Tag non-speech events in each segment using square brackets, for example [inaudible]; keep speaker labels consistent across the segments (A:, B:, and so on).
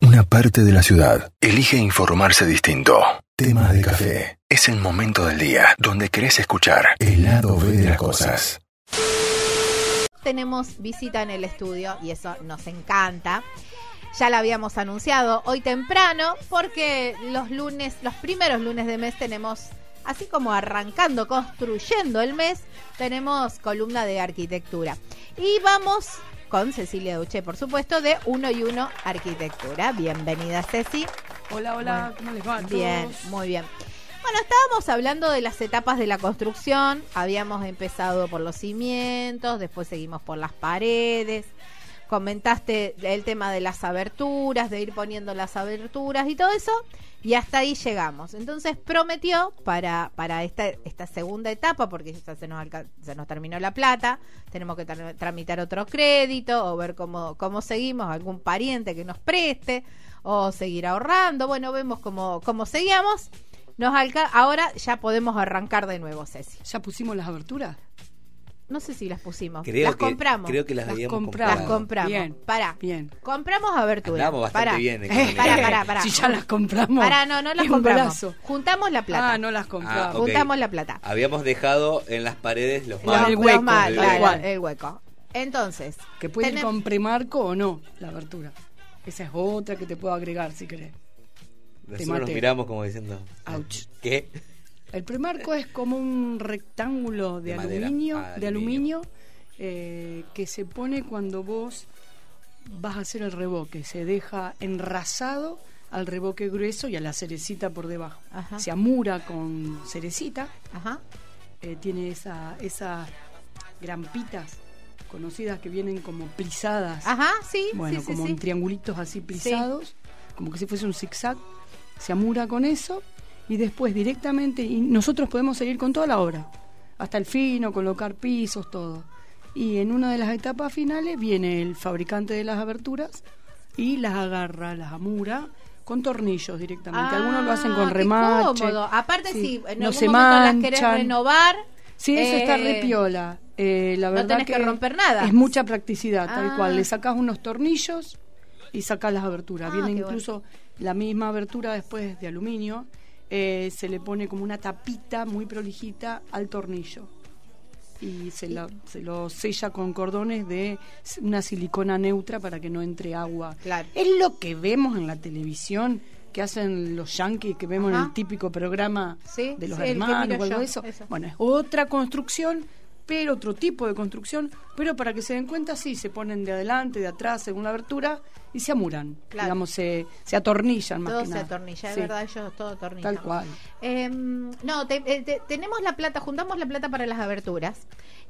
A: una parte de la ciudad. Elige informarse distinto. Temas de café. Es el momento del día donde querés escuchar el lado B de las cosas.
B: tenemos visita en el estudio y eso nos encanta. Ya la habíamos anunciado hoy temprano porque los lunes, los primeros lunes de mes tenemos, así como arrancando, construyendo el mes, tenemos columna de arquitectura. Y vamos con Cecilia Duche, por supuesto, de Uno y Uno Arquitectura. Bienvenida Ceci.
C: Hola, hola, ¿cómo les va? a
B: Bien,
C: todos?
B: muy bien. Bueno, estábamos hablando de las etapas de la construcción. Habíamos empezado por los cimientos, después seguimos por las paredes. Comentaste el tema de las aberturas, de ir poniendo las aberturas y todo eso. Y hasta ahí llegamos. Entonces prometió para, para esta, esta segunda etapa, porque ya se nos, alca- se nos terminó la plata, tenemos que tra- tramitar otro crédito o ver cómo, cómo seguimos, algún pariente que nos preste o seguir ahorrando. Bueno, vemos cómo, cómo seguíamos. Nos alca- Ahora ya podemos arrancar de nuevo, Ceci.
C: ¿Ya pusimos las aberturas?
B: No sé si las pusimos.
D: Creo
B: las
D: que,
B: compramos.
D: Creo que las,
C: Las
D: habíamos
C: compramos.
B: Las
D: comprado.
B: compramos.
C: Bien.
B: Pará.
C: Bien.
B: Compramos aberturas.
D: Andamos bastante
B: Pará. [laughs]
D: bien.
C: Eh,
D: económicamente.
B: Pará, pará, pará.
C: Si ya las compramos.
B: Pará, no, no las
C: Es un
B: compramos.
C: golazo.
B: Juntamos la plata.
C: Ah, no las
D: Ah,
C: compramos.
D: ok.
B: Juntamos la plata.
D: Habíamos dejado en las paredes
B: Los-
D: los malos.
C: el hueco,
B: los mal,
D: el
B: claro,
C: hueco.
B: el hueco. Entonces,
C: Que puede ir
B: tenem-
C: con premarco o no, la abertura. Esa es otra que te puedo agregar si querés. Te
D: Nosotros
C: maté.
D: nos miramos como diciendo.
C: Ouch.
D: ¿Qué?
C: El premarco es como un rectángulo de,
D: De madera.
C: aluminio,
D: Ah,
C: de
D: aluminio.
C: aluminio eh, que se pone cuando vos vas a hacer el reboque. Se deja enrasado al reboque grueso y a la cerecita por debajo.
B: Ajá.
C: Se amura con cerecita.
B: Ajá.
C: eh, tiene esa, esas grampitas conocidas que vienen como plisadas.
B: Ajá, sí.
C: bueno,
B: sí, sí,
C: como
B: sí.
C: en triangulitos así plisados, como que si fuese un zigzag. Se amura con eso y después directamente, y nosotros podemos seguir con toda la obra, hasta el fino, colocar pisos, todo. Y en una de las etapas finales viene el fabricante de las aberturas y las agarra, las amura con tornillos directamente. Algunos lo hacen
B: Ah,
C: con
B: qué
C: remache.
B: cómodo. Aparte,
C: Sí.
B: si en
C: No
B: algún
C: se
B: momento las querés
C: manchan.
B: renovar.
C: Sí, eso está
B: eh,
C: repiola. Eh, la
B: no
C: verdad
B: tenés que romper nada.
C: Es mucha practicidad,
B: Ah.
C: tal cual. Le sacás unos tornillos y sacás las aberturas.
B: Ah,
C: Viene
B: qué bueno.
C: incluso la misma abertura después de aluminio. Eh, se le pone como una tapita muy prolijita al tornillo. Y se, la- se lo sella con cordones de s- una silicona neutra para que no entre agua.
B: Claro.
C: Es lo que vemos en la televisión que hacen los yanquis, que vemos en
B: Ajá.
C: el típico programa
B: Sí,
C: de los
B: sí, el que
C: hermanos
B: miro
C: o algo
B: yo,
C: de eso.
B: eso.
C: Bueno, es otra construcción, pero otro tipo de construcción, pero para que se den cuenta, sí, se ponen de adelante, de atrás, según la abertura, y se amuran.
B: Claro.
C: Digamos, se, se atornillan más
B: Todo
C: que
B: se
C: nada.
B: atornilla, es
C: Sí,
B: verdad, ellos todo atornillan.
C: Tal cual.
B: Eh, no, te- eh, te- tenemos la plata, juntamos la plata para las aberturas.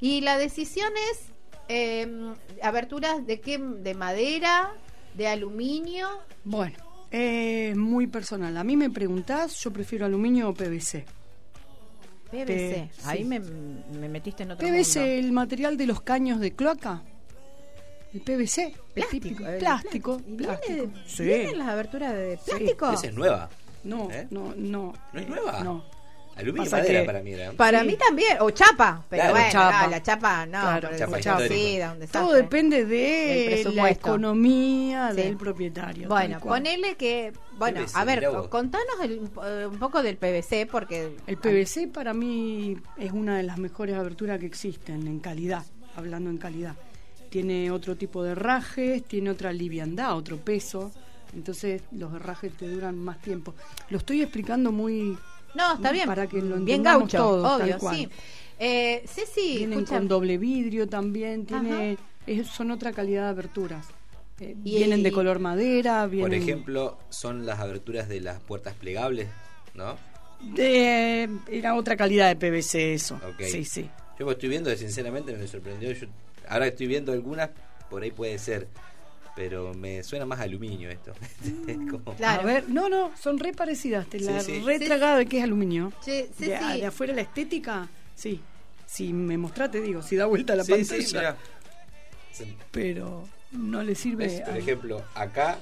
B: Y la decisión es eh, aberturas de qué, de madera, de aluminio.
C: Bueno, es muy personal. A mí me preguntás, yo prefiero aluminio o PVC.
B: PVC.
C: Pe-
B: Ahí
C: sí.
B: me, me metiste en otro
C: PVC,
B: mundo.
C: el material de los caños de cloaca. El PVC.
B: Plástico,
C: típico,
B: el
C: plástico.
B: ¿Y
C: plástico.
B: viene-
C: Sí.
B: ¿Vienen las aberturas de plástico?
D: Esa es nueva.
C: No,
D: ¿Eh?
C: no, no.
D: ¿No es nueva?
C: No.
D: Aluminio y
C: Pasa
D: madera
C: que-
D: para mí era.
B: Para
C: Sí.
B: mí también, o chapa, pero
D: Claro,
B: bueno,
C: chapa.
B: no, la chapa no,
C: Claro,
B: pero
D: chapa
B: chapa,
D: histórica.
B: sí, da un desastre.
C: Todo depende
B: Del
C: de la
B: presupuesto.
C: economía
B: Sí.
C: del propietario.
B: Bueno,
C: tal cual.
B: ponele que, bueno,
D: PVC,
B: a ver,
D: mirá
B: co-
D: vos.
B: contanos el- eh, un poco del PVC porque
C: El PVC para mí es una de las mejores aberturas que existen en calidad, hablando en calidad. Tiene otro tipo de herrajes, tiene otra liviandad, otro peso. Entonces los herrajes te duran más tiempo. Lo estoy explicando muy...
B: No, está bien.
C: Para que lo
B: bien
C: entendamos
B: gaucho,
C: todos, tal
B: obvio,
C: cual.
B: sí. Eh, Ceci,
C: Vienen
B: escucha,
C: con doble vidrio también, tiene, es- son otra calidad de aberturas. Eh,
B: Y-
C: vienen de color madera,
D: Por
C: vienen...
D: ejemplo, son las aberturas de las puertas plegables, ¿no?
C: De, era otra calidad de PVC eso.
D: Ok.
C: Sí, sí.
D: Yo me estoy viendo, y sinceramente me sorprendió. Yo, ahora estoy viendo algunas, por ahí puede ser. Pero me suena más aluminio esto.
C: Mm.
D: [laughs] Es como-
B: Claro.
C: A ver, no, no, son re parecidas. Te
D: Sí,
C: la
D: sí.
C: retragada de que es aluminio.
B: che, Ceci,
C: De, a- de afuera la estética, sí. Si me mostrás, te digo, si da vuelta la
D: Sí, sí,
C: pantalla.
D: mirá. Se-
C: pero no le sirve.
D: ¿Ves? Por
C: a-
D: ejemplo, acá.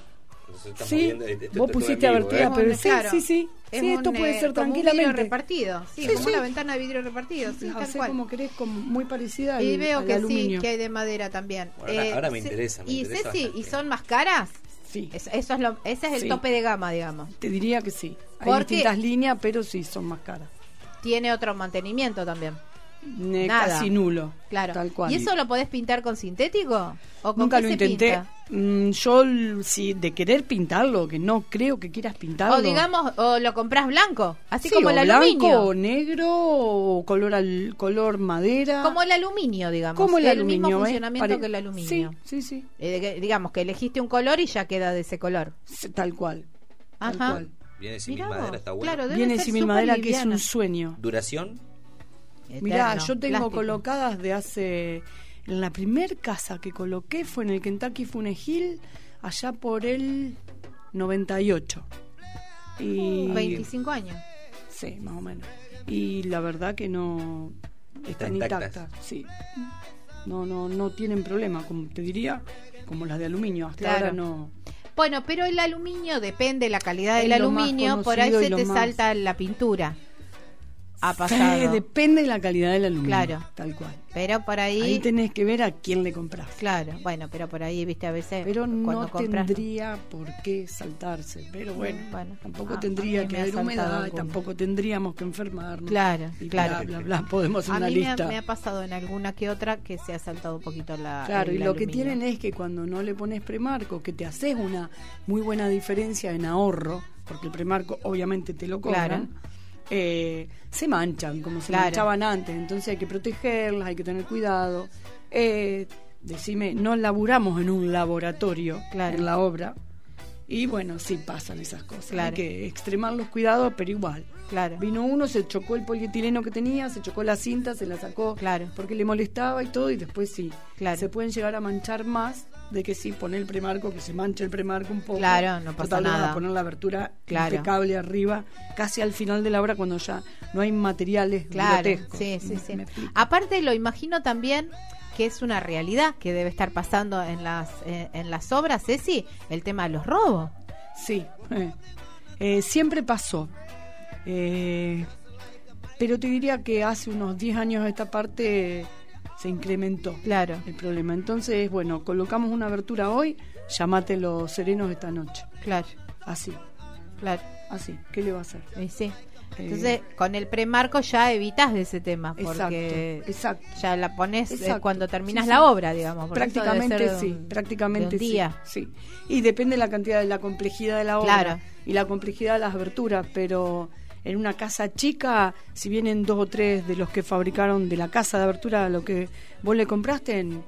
D: nosotros estamos
C: sí,
D: viendo- este, esto- esto
C: vos
D: es todo
C: pusiste
D: en vivo,
C: abertura
D: ¿eh?
B: Como
C: PVC.
B: claro.
C: Sí, sí.
B: es
C: sí, esto
B: un,
C: puede
B: eh,
C: ser
B: como un vidrio
C: tranquilamente.
B: repartido, sí,
C: Sí,
B: como
C: sí.
B: una ventana de vidrio repartido, sí,
C: O
B: tal
C: sea,
B: cual.
C: como querés, como muy parecida al,
B: y veo
C: al
B: que sí,
C: aluminio.
B: que hay de madera también. Eh,
D: Bueno, ahora- ahora me interesa, me
B: y
D: interesa
B: Ceci,
D: bastante.
B: ¿y son más caras?
C: Sí.
B: Es- eso es lo, ese es el
C: Sí.
B: tope de gama, digamos.
C: Te diría que sí. Hay
B: ¿Por qué?
C: distintas líneas, pero sí son más caras.
B: Tiene otro mantenimiento también.
C: Ne-
B: Nada.
C: Casi nulo.
B: Claro.
C: Tal cual.
B: ¿Y eso lo podés pintar con sintético? ¿O con
C: Nunca
B: qué
C: lo
B: se
C: intenté.
B: pinta?
C: Mm, yo, l- si de querer pintarlo, que no creo que quieras pintarlo.
B: O digamos, o lo compras blanco, así
C: Sí,
B: como
C: o
B: el
C: blanco,
B: aluminio.
C: o negro, o color, al, color madera.
B: Como el aluminio, digamos.
C: Como el
B: mismo
C: aluminio, ¿eh?
B: funcionamiento
C: Pare-
B: que el aluminio.
C: Sí, sí, sí.
B: Eh, que- digamos que elegiste un color y ya queda de ese color.
C: Sí, Tal cual. Tal
B: Ajá.
C: cual.
D: Viene sin
B: Mirá
D: mil madera,
B: vos.
D: está bueno.
B: Claro, debe
C: Viene
B: ser
C: simil
B: súper
C: madera, que es
B: liviana.
C: un sueño.
D: Duración,
B: Eterno,
C: Mirá, yo tengo
B: plástico.
C: colocadas de hace. En la primer casa que coloqué fue en el Kentucky Funegil, allá por el 98. Y.
B: 25 años.
C: Sí, más o menos. Y la verdad que no. Están
D: Están intactas.
C: intactas. Sí. No, no, no tienen problema, como te diría, como las de aluminio. Hasta
B: Claro.
C: ahora no.
B: Bueno, pero el aluminio depende la calidad
C: Es
B: del
C: lo más
B: aluminio, por ahí
C: conocido y
B: se
C: lo
B: te
C: más-
B: salta la pintura. Ha pasado.
C: Sí, depende de la calidad del aluminio.
B: Claro.
C: Tal cual.
B: Pero por ahí,
C: Ahí tenés que ver a quién le compras.
B: claro, bueno, pero por ahí viste a veces
C: Pero
B: cuando
C: no
B: compras,
C: tendría por qué saltarse. Pero bueno,
B: Bueno,
C: tampoco
B: a- a
C: tendría
B: mí
C: que
B: me ha
C: haber
B: saltado
C: humedad,
B: alguna.
C: tampoco tendríamos que enfermarnos.
B: Claro,
C: Y
B: claro.
C: Bla, bla, bla. Podemos hacer
B: A
C: una
B: mí me ha,
C: lista.
B: me ha pasado en alguna que otra que se ha saltado un poquito la.
C: Claro,
B: el
C: y lo que
B: aluminio.
C: tienen es que cuando no le pones premarco, que te haces una muy buena diferencia en ahorro, porque el premarco obviamente te lo cobran, eh, se manchan como se
B: Claro.
C: manchaban antes, entonces hay que protegerlas, hay que tener cuidado. Eh, decime, no laburamos en un laboratorio
B: Claro.
C: en la obra, y bueno, sí pasan esas cosas,
B: Claro.
C: hay que extremar los cuidados, pero igual.
B: Claro.
C: Vino uno, se chocó el polietileno que tenía, se chocó la cinta, se la sacó
B: Claro.
C: porque le molestaba y todo, y después sí.
B: Claro.
C: Se pueden llegar a manchar más de que sí, poner el premarco, que se manche el premarco un poco.
B: Claro, no pasa
C: Total, le vas a
B: nada.
C: poner la abertura
B: Claro.
C: impecable arriba, casi al final de la obra, cuando ya no hay materiales
B: Claro,
C: grotescos.
B: sí, sí, sí. Ah.
C: Me explico.
B: Aparte lo imagino también que es una realidad que debe estar pasando en las eh, en las obras, Ceci, el tema de los robos.
C: Sí. Eh, siempre pasó. Eh, pero te diría que hace unos 10 años a esta parte eh, se incrementó.
B: Claro,
C: el problema. Entonces, bueno, colocamos una abertura hoy, llámate los serenos esta noche.
B: claro,
C: Así,
B: claro.
C: así. ¿Qué le va a hacer?
B: y sí.
C: Eh,
B: Entonces, con el premarco ya evitas de ese tema porque
C: Exacto, exacto.
B: ya la pones eh,
C: Exacto.
B: cuando terminas
C: Sí,
B: la
C: sí.
B: obra, digamos. porque eso debe
C: Prácticamente
B: ser de
C: sí,
B: un- de
C: prácticamente
B: un
C: sí,
B: día.
C: sí. Y depende de la cantidad de la complejidad de la obra
B: Claro.
C: y la complejidad de las aberturas, pero en una casa chica, si vienen dos o tres de los que fabricaron de la casa de abertura lo que vos le compraste en-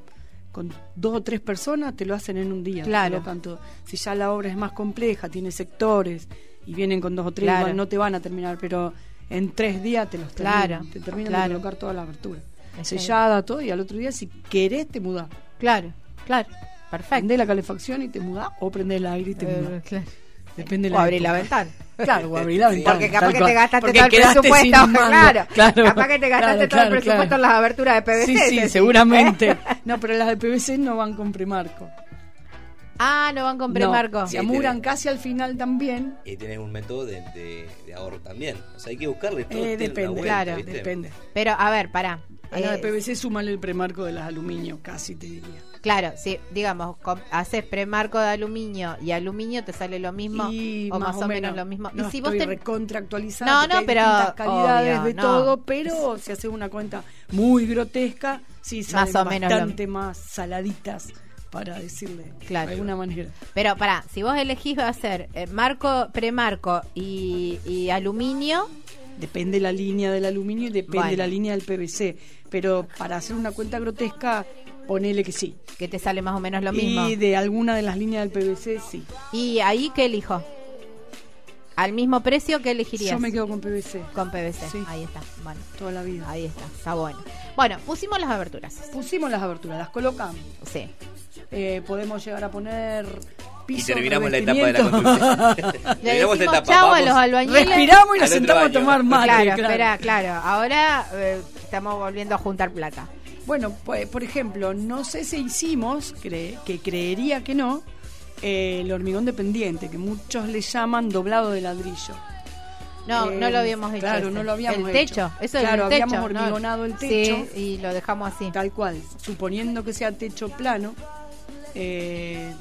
C: con dos o tres personas te lo hacen en un día. te
B: Claro.
C: lo canto. si ya la obra es más compleja, tiene sectores y vienen con dos o tres,
B: Claro.
C: igual no te van a terminar, pero en tres días te los terminan,
B: Claro,
C: te terminan
B: claro.
C: de colocar toda la abertura.
B: Es genial.
C: Sellada, todo, y al otro día, si querés, te mudás.
B: Claro, claro. Perfecto.
C: Prendés la calefacción y te mudás, o prendés el aire y te mudás.
B: Eh, claro.
C: Depende de
B: O abrí
C: época.
B: la ventana.
C: Claro, o abrí la ventana.
B: Porque capaz
C: tal
B: que
C: cual.
B: te gastaste
C: Porque
B: todo el
C: quedaste sin
B: [laughs] presupuesto,
C: mango,
B: claro,
C: claro.
B: Capaz que te gastaste
C: Claro,
B: todo el
C: claro,
B: presupuesto
C: claro.
B: en las aberturas de PVC.
C: Sí,
B: te
C: sí,
B: decís. ¿eh?
C: seguramente. [laughs] No, pero las de PVC no van con premarco.
B: Ah, no van con premarco.
C: No, se amuran casi al final también.
D: y tenés eh, un método de, de- de ahorro también. O sea, hay que buscarle todo.
C: Eh,
D: tiene una
C: depende,
D: vuelta,
B: claro,
D: ¿viste?
C: depende.
B: Pero, a ver, pará.
C: A las
B: Eh,
C: de PVC suman el premarco de las aluminio, casi te diría.
B: claro, sí, digamos, com- haces premarco de aluminio y aluminio te sale lo mismo o más, o menos, lo mismo.
C: No
B: y si vos
C: estoy
B: te-
C: recontra actualizada,
B: No,
C: porque
B: no,
C: hay
B: pero
C: distintas calidades
B: obvio,
C: de
B: no.
C: todo, pero si haces una cuenta muy grotesca, sí salen
B: Más o menos lo
C: bastante más saladitas, para decirle
B: Claro.
C: de alguna manera.
B: Pero pará, si vos elegís va a ser eh, marco, premarco y, y aluminio,
C: Depende la línea del aluminio y depende
B: Bueno.
C: la línea del PVC, pero para hacer una cuenta grotesca, ponele que sí.
B: que te sale más o menos lo mismo.
C: Y
B: Y,
C: de alguna de las líneas del PVC, sí.
B: ahí, ¿qué elijo? Al mismo precio, ¿qué elegirías?
C: Yo me quedo con PVC
B: Con PVC.
C: Sí.
B: Ahí está. Bueno,
C: toda la vida.
B: ahí está. Está bueno. Bueno, pusimos las aberturas.
C: Pusimos las aberturas, las colocamos.
B: Sí.
C: Eh, podemos llegar a poner
D: Y
C: pisos,
D: terminamos la etapa de la
C: revestimientos. [laughs]
B: Le
D: [laughs] construcción. terminamos la
B: decimos
D: etapa.
B: chau a
D: vamos.
B: los albañiles.
C: Respiramos y
D: Al
C: nos
D: otro
C: sentamos a
D: año.
C: tomar mate.
B: claro,
C: Ah, claro.
B: espera, claro. Ahora eh, estamos volviendo a juntar plata.
C: Bueno, pues, por ejemplo, no sé si hicimos, cre- que creería que no, eh, el hormigón dependiente, que muchos le llaman doblado de ladrillo.
B: No,
C: Eh,
B: no lo habíamos hecho.
C: claro,
B: ese.
C: no lo habíamos
B: El
C: hecho.
B: techo, eso
C: Claro,
B: es el techo.
C: habíamos
B: ¿no?
C: hormigonado el techo.
B: Sí, y lo dejamos así.
C: Tal cual, suponiendo que sea techo plano, eh,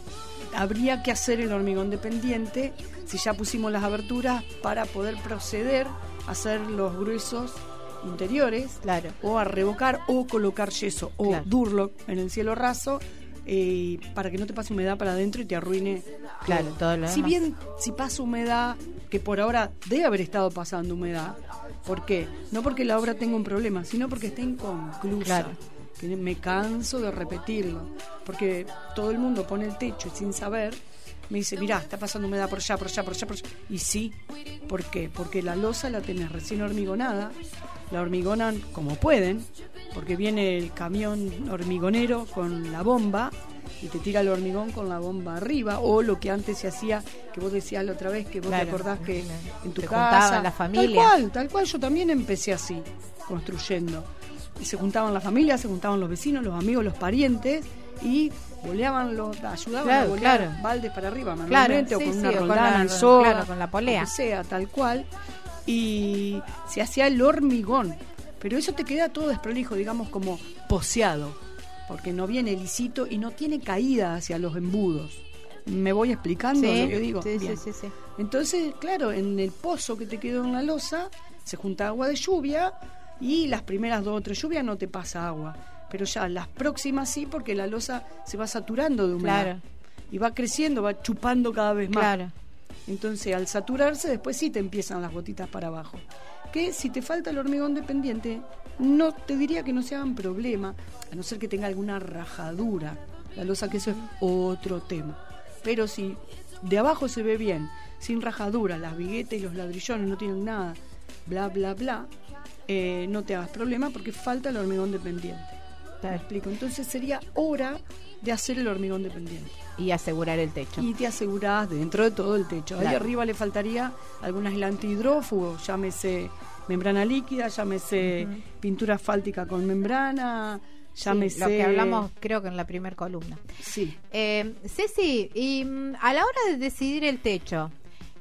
C: habría que hacer el hormigón dependiente si ya pusimos las aberturas para poder proceder a hacer los gruesos interiores
B: Claro.
C: o a revocar o colocar yeso o
B: Claro.
C: durlock en el cielo raso eh, para que no te pase humedad para adentro y te arruine.
B: Claro, todo lo
C: Si
B: demás.
C: bien si pasa humedad, que por ahora debe haber estado pasando humedad, ¿por qué? No porque la obra tenga un problema, sino porque está inconclusa.
B: Claro.
C: Que me canso de repetirlo, porque todo el mundo pone el techo y sin saber me dice, mirá, está pasando humedad por allá, por allá, por allá, por allá. Y sí, ¿por qué? Porque la losa la tenés recién hormigonada, la hormigonan como pueden, porque viene el camión hormigonero con la bomba y te tira el hormigón con la bomba arriba, o lo que antes se hacía, que vos decías la otra vez, que vos
B: Claro,
C: te acordás que
B: claro.
C: en tu
B: Se
C: casa.
B: juntaban las familias.
C: Tal cual, tal cual, yo también empecé así, construyendo. Y se juntaban las familias, se juntaban los vecinos, los amigos, los parientes, y boleaban los, ayudaban
B: Claro,
C: a bolear
B: claro.
C: baldes para arriba, manualmente,
B: sí,
C: o con
B: sí,
C: una
B: o con
C: roldana
B: la-
C: al sol,
B: claro, con la polea.
C: lo que sea, tal cual. Y se hacía el hormigón. Pero eso te queda todo desprolijo, digamos, como poseado, porque no viene lisito y no tiene caída hacia los embudos. ¿Me voy explicando
B: Sí,
C: lo que digo?
B: sí, sí,
C: Bien.
B: sí, sí.
C: Entonces, claro, en el pozo que te quedó en la losa se junta agua de lluvia y las primeras dos o tres lluvias no te pasa agua. Pero ya las próximas sí, porque la losa se va saturando de humedad.
B: Claro.
C: Y va creciendo, va chupando cada vez más.
B: Claro.
C: Entonces, al saturarse, después sí te empiezan las gotitas para abajo. Que si te falta el hormigón dependiente, no te diría que no se hagan problema, a no ser que tenga alguna rajadura. La losa que eso es otro tema. Pero si de abajo se ve bien, sin rajadura, las viguetas y los ladrillones no tienen nada, bla, bla, bla, eh, no te hagas problema porque falta el hormigón dependiente. ¿Me
B: Claro.
C: explico? Entonces sería hora de hacer el hormigón dependiente
B: Y asegurar el techo.
C: y te asegurás de dentro de todo el techo. Ahí
B: Claro.
C: arriba le faltaría algún aislante hidrófugo, llámese membrana líquida, llámese pintura asfáltica con membrana,
B: Sí,
C: llámese...
B: Lo que hablamos, creo que en la primera columna.
C: Sí.
B: Eh, Ceci, y mm, a la hora de decidir el techo,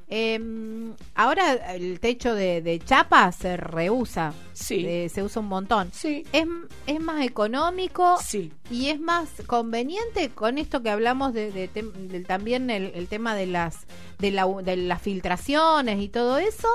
B: eh, ahora el techo de, de chapa se reusa,
C: Sí.
B: eh, se usa un montón.
C: Sí.
B: ¿Es, es más económico
C: Sí.
B: y es más conveniente con esto que hablamos de, de tem- del- también el, el tema de las, de, la, de las filtraciones y todo eso?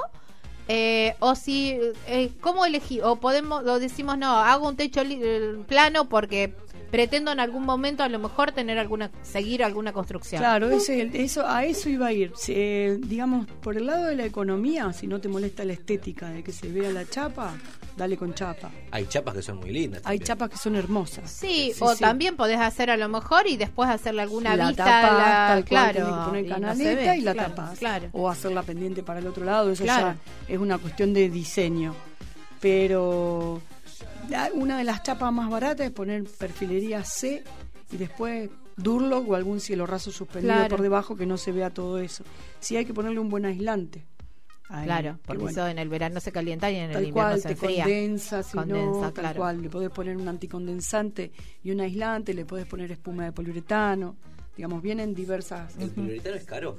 B: Eh, o si, eh, ¿cómo elegí? O podemos, o decimos, no, hago un techo li- eh, plano porque pretendo en algún momento a lo mejor tener alguna, seguir alguna construcción.
C: Claro, ese es el- eso, a eso iba a ir. Se- digamos, por el lado de la economía, si no te molesta la estética de que se vea la chapa, dale con chapa.
D: Hay chapas que son muy lindas.
C: Hay
D: también.
C: chapas que son hermosas.
B: Sí,
C: Sí,
B: o
C: sí.
B: también podés hacer a lo mejor y después hacerle alguna
C: la
B: vista
C: tapa,
B: a la-
C: tal cual,
B: claro,
C: tenés que poner
B: y no se
C: canaleta
B: ve,
C: y, la
B: claro,
C: tapás.
B: Claro.
C: O hacerla pendiente para el otro lado, eso
B: Claro.
C: ya es una cuestión de diseño. Pero la- una de las chapas más baratas es poner perfilería C y después durlock o algún cielo raso suspendido
B: Claro.
C: por debajo que no se vea todo eso. Sí hay que ponerle un buen aislante. Ahí,
B: Claro,
C: que
B: porque
C: bueno
B: eso en el verano se calienta y en el
C: tal
B: invierno
C: cual,
B: se
C: te
B: enfría.
C: condensa, si
B: Condensa,
C: no, tal
B: claro.
C: cual, le podés poner un anticondensante y un aislante, le podés poner espuma de poliuretano, digamos, vienen diversas.
D: El prioritano es caro.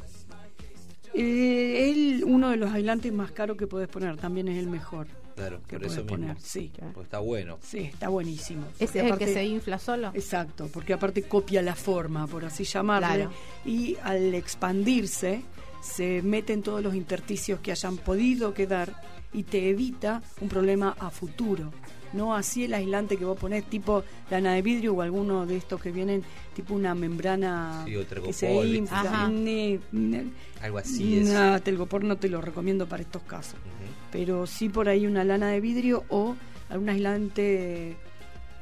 C: Eh, el- uno de los aislantes más caros que podés poner, también es el mejor.
D: Claro,
C: que
D: por
C: podés
D: eso mismo.
C: poner, sí.
D: Porque está bueno.
C: Sí, está buenísimo. Porque
B: Ese es el que
C: aparte-
B: se infla solo.
C: Exacto, porque aparte copia la forma, por así llamarle,
B: Claro.
C: y al expandirse se meten todos los intersticios que hayan podido quedar y te evita un problema a futuro. No así el aislante que vos ponés tipo lana de vidrio o alguno de estos que vienen tipo una membrana
D: Sí, o
C: que se
D: tergopol,
C: infla.
B: Ajá.
C: Ni- ni-
D: Algo así es.
C: Nah, telgopor no te lo recomiendo para estos casos
D: Ujú.
C: pero sí por ahí una lana de vidrio o algún aislante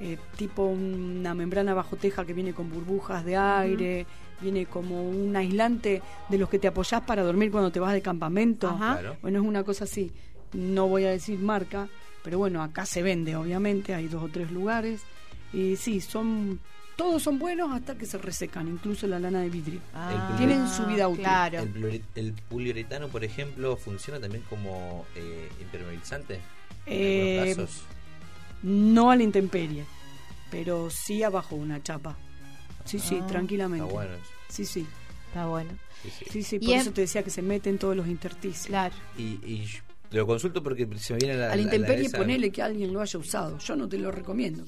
C: eh, tipo una membrana bajo teja que viene con burbujas de aire, viene como un aislante de los que te apoyás para dormir cuando te vas de campamento.
B: Ajá.
D: Claro.
C: Bueno, es una cosa así, no voy a decir marca, pero bueno, acá se vende obviamente, hay dos o tres lugares y sí, son todos son buenos hasta que se resecan, incluso la lana de vidrio.
B: Ah,
D: Tienen
C: su vida útil.
B: Claro.
D: El, pluri- el poliuretano, por ejemplo, funciona también como eh, impermeabilizante. En
C: Eh,
D: algunos casos.
C: no a la intemperie, pero sí abajo una chapa. Sí, sí, tranquilamente.
D: Ah, Está bueno. eso.
C: Sí, sí,
B: Está bueno.
D: Sí, sí.
C: sí, sí,
B: Y
C: por
B: en-
C: eso te decía que se meten todos los intersticios.
B: Claro.
D: Y, y yo- lo consulto porque se me viene a la.
C: A la intemperie
D: cabeza-
C: ponele que alguien lo haya usado. Yo no te lo recomiendo.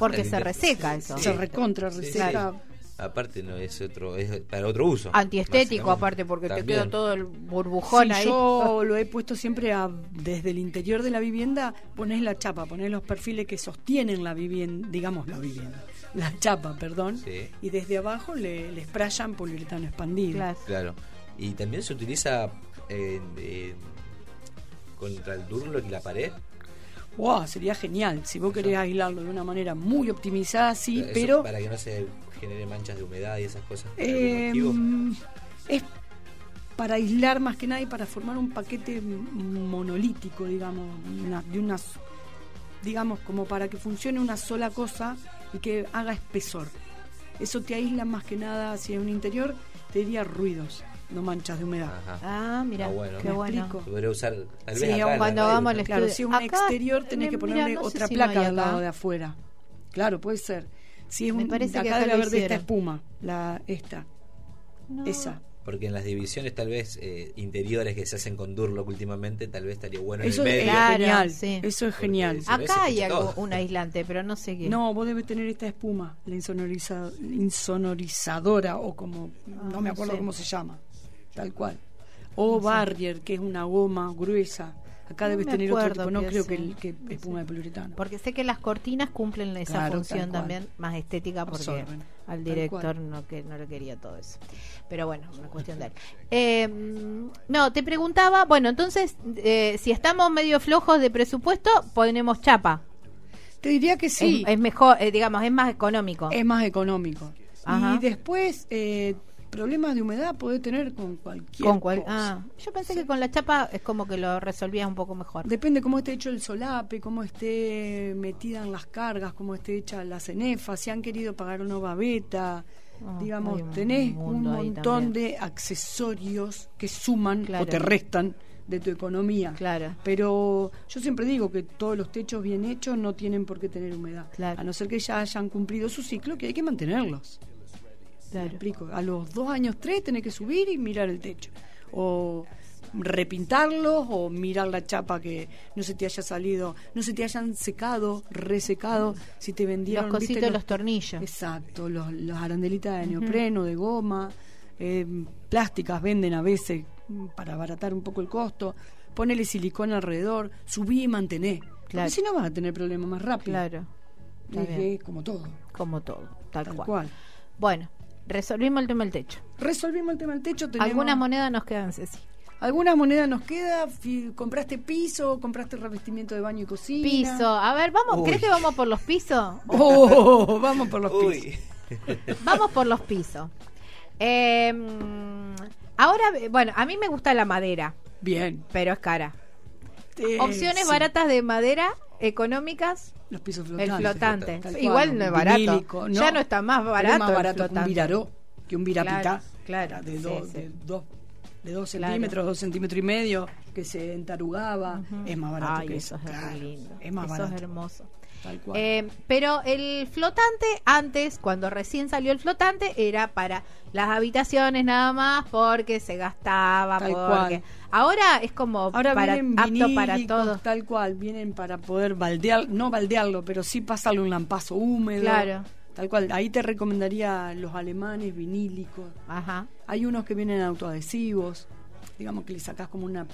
B: Porque
D: El
B: se
D: inter-
B: reseca
D: sí,
B: eso.
D: sí.
C: Se recontra,
D: Sí,
C: reseca.
D: sí. Aparte no es otro, es para otro uso.
B: Antiestético,
D: básicamente.
B: aparte, porque te
D: También.
B: queda todo el burbujón
C: Sí,
B: ahí.
C: [laughs] Yo lo he puesto siempre a- desde el interior de la vivienda, pones la chapa, pones los perfiles que sostienen la vivienda, digamos la vivienda, la chapa, perdón,
D: Sí.
C: y desde abajo le, le sprayan poliuretano expandido.
B: Claro.
D: Claro. Y también se utiliza en- en- contra el durlo y la pared.
C: ¡Wow! Sería genial si vos querés aislarlo de una manera muy optimizada, sí,
D: Eso
C: pero
D: Para que no se genere manchas de humedad y esas cosas. por algún
C: eh,
D: motivo.
C: es para aislar más que nada y para formar un paquete m- monolítico, digamos, una- de unas, digamos, como para que funcione una sola cosa y que haga espesor. Eso te aísla más que nada hacia un interior, te diría ruidos, no manchas de humedad.
D: Ajá.
B: Ah, mira,
D: Ah, bueno.
B: qué
D: Me
B: bueno.
C: explico.
D: Se podría usar tal vez
C: Sí,
D: acá en la
B: cuando
D: radio,
B: vamos
D: ¿no?
B: al
C: Claro,
B: estudio.
C: si es un
B: Acá,
C: exterior tenés
B: eh,
C: que
B: mira,
C: ponerle
B: no sé
C: otra
B: si no
C: placa
B: hay
C: al
B: acá.
C: lado de afuera. Claro, puede ser. Si es
B: Me
C: un,
B: parece que
C: acá
B: acá
C: debe
B: lo
C: haber de esta
B: hicieron.
C: espuma, la esta,
B: No.
C: esa.
D: Porque en las divisiones tal vez eh, interiores que se hacen con Durlock últimamente, tal vez estaría bueno
C: Eso
D: en el
C: es
D: medio. Ah,
B: Claro,
C: genial.
B: sí.
C: Eso es
D: Porque
C: genial.
D: si no, se
B: Acá hay
D: escucha
B: algo,
D: todo.
B: un aislante, pero no sé qué.
C: No, vos debes tener esta espuma, la insonoriza- insonorizadora o como, no me
B: Ah, no
C: acuerdo
B: sé.
C: cómo se llama, tal cual. O barrier, que es una goma gruesa. Acá
B: No
C: debes
B: me
C: tener otro
B: acuerdo
C: tipo, no
B: qué
C: creo
B: es,
C: que,
B: sí.
C: el- que espuma de poliuretano.
B: Porque sé que las cortinas cumplen esa
C: Claro,
B: función
C: tal cual.
B: también más estética porque
C: Absorben,
B: al
C: tal
B: director
C: cual.
B: no que no le quería todo eso. Pero bueno, una cuestión de él. Eh, no, te preguntaba, bueno, entonces eh, si estamos medio flojos de presupuesto, ponemos chapa.
C: Te diría que sí,
B: Es, es
C: es,
B: mejor, eh, digamos, es más económico.
C: más económico.
B: Ajá.
C: Y después, eh, problemas de humedad podés tener con cualquier
B: con cual,
C: cosa.
B: ah, yo pensé que con la chapa es como que lo resolvías un poco mejor.
C: Depende cómo esté hecho el solape, cómo esté metida en las cargas, cómo esté hecha la cenefa, si han querido pagar una babeta.
B: Ah, hay
C: digamos,
B: un
C: tenés un
B: mundo ahí
C: montón
B: también.
C: de accesorios que suman
B: Claro.
C: o te restan de tu economía.
B: Claro.
C: Pero yo siempre digo que todos los techos bien hechos no tienen por qué tener humedad.
B: Claro.
C: A no ser que ya hayan cumplido su ciclo, que hay que mantenerlos. ¿Me
B: Claro.
C: explico? A los dos años, tres, tenés que subir y mirar el techo. O repintarlos o mirar la chapa que no se te haya salido, no se te hayan secado, resecado, si te vendieron
B: Los
C: ¿viste?
B: cositos, los tornillos.
C: Exacto, los, los arandelitas de neopreno, de goma, eh, plásticas venden a veces mm, para abaratar un poco el costo. Ponele silicona alrededor, subí y mantené.
B: Claro.
C: Porque si no vas a tener problemas más rápido.
B: Claro, está
C: Es,
B: bien.
C: es como todo,
B: como todo, tal,
C: tal
B: cual.
C: cual.
B: Bueno, resolvimos el tema del techo.
C: Resolvimos el tema del techo. Tenemos,
B: Algunas monedas nos quedan, Ceci.
C: algunas monedas nos queda. fi- Compraste piso, compraste revestimiento de baño y cocina.
B: Piso. A ver, vamos,
D: Uy.
B: ¿crees que vamos por los pisos?
C: Oh, [laughs] vamos por los pisos.
D: Uy,
B: Vamos por los pisos. Eh, ahora, bueno, a mí me gusta la madera,
C: Bien.
B: pero es cara.
C: Eh,
B: Opciones
C: sí,
B: baratas de madera, económicas,
C: Los pisos
B: el
C: flotantes.
B: flotante.
C: Tal cual,
B: Igual
C: un
B: no es barato.
C: vinílico, ¿no?
B: Ya no está más
C: Pero es
B: barato.
C: más
B: el
C: barato que un
B: flotante.
C: viraró, que un virapitá.
B: Claro, claro,
C: de,
B: sí,
C: dos,
B: sí.
C: de dos, de dos
B: Claro.
C: centímetros, dos centímetros y medio, que se entarugaba.
B: Ujú.
C: Es más barato
B: Ay,
C: que
B: eso.
C: eso.
B: Es,
C: claro,
B: re lindo.
C: es más
B: eso es
C: barato.
B: hermoso.
C: tal cual.
B: Eh, pero el flotante antes, cuando recién salió el flotante, era para las habitaciones nada más, porque se gastaba,
C: Tal
B: porque
C: cual.
B: ahora es como
C: Ahora
B: para,
C: vienen
B: apto
C: vinílicos,
B: para todos.
C: tal cual, vienen para poder baldear, no baldearlo, pero sí pasarle un lampazo húmedo.
B: Claro.
C: Tal cual, ahí te recomendaría los alemanes vinílicos.
B: Ajá.
C: Hay unos que vienen autoadhesivos, digamos que le sacás como una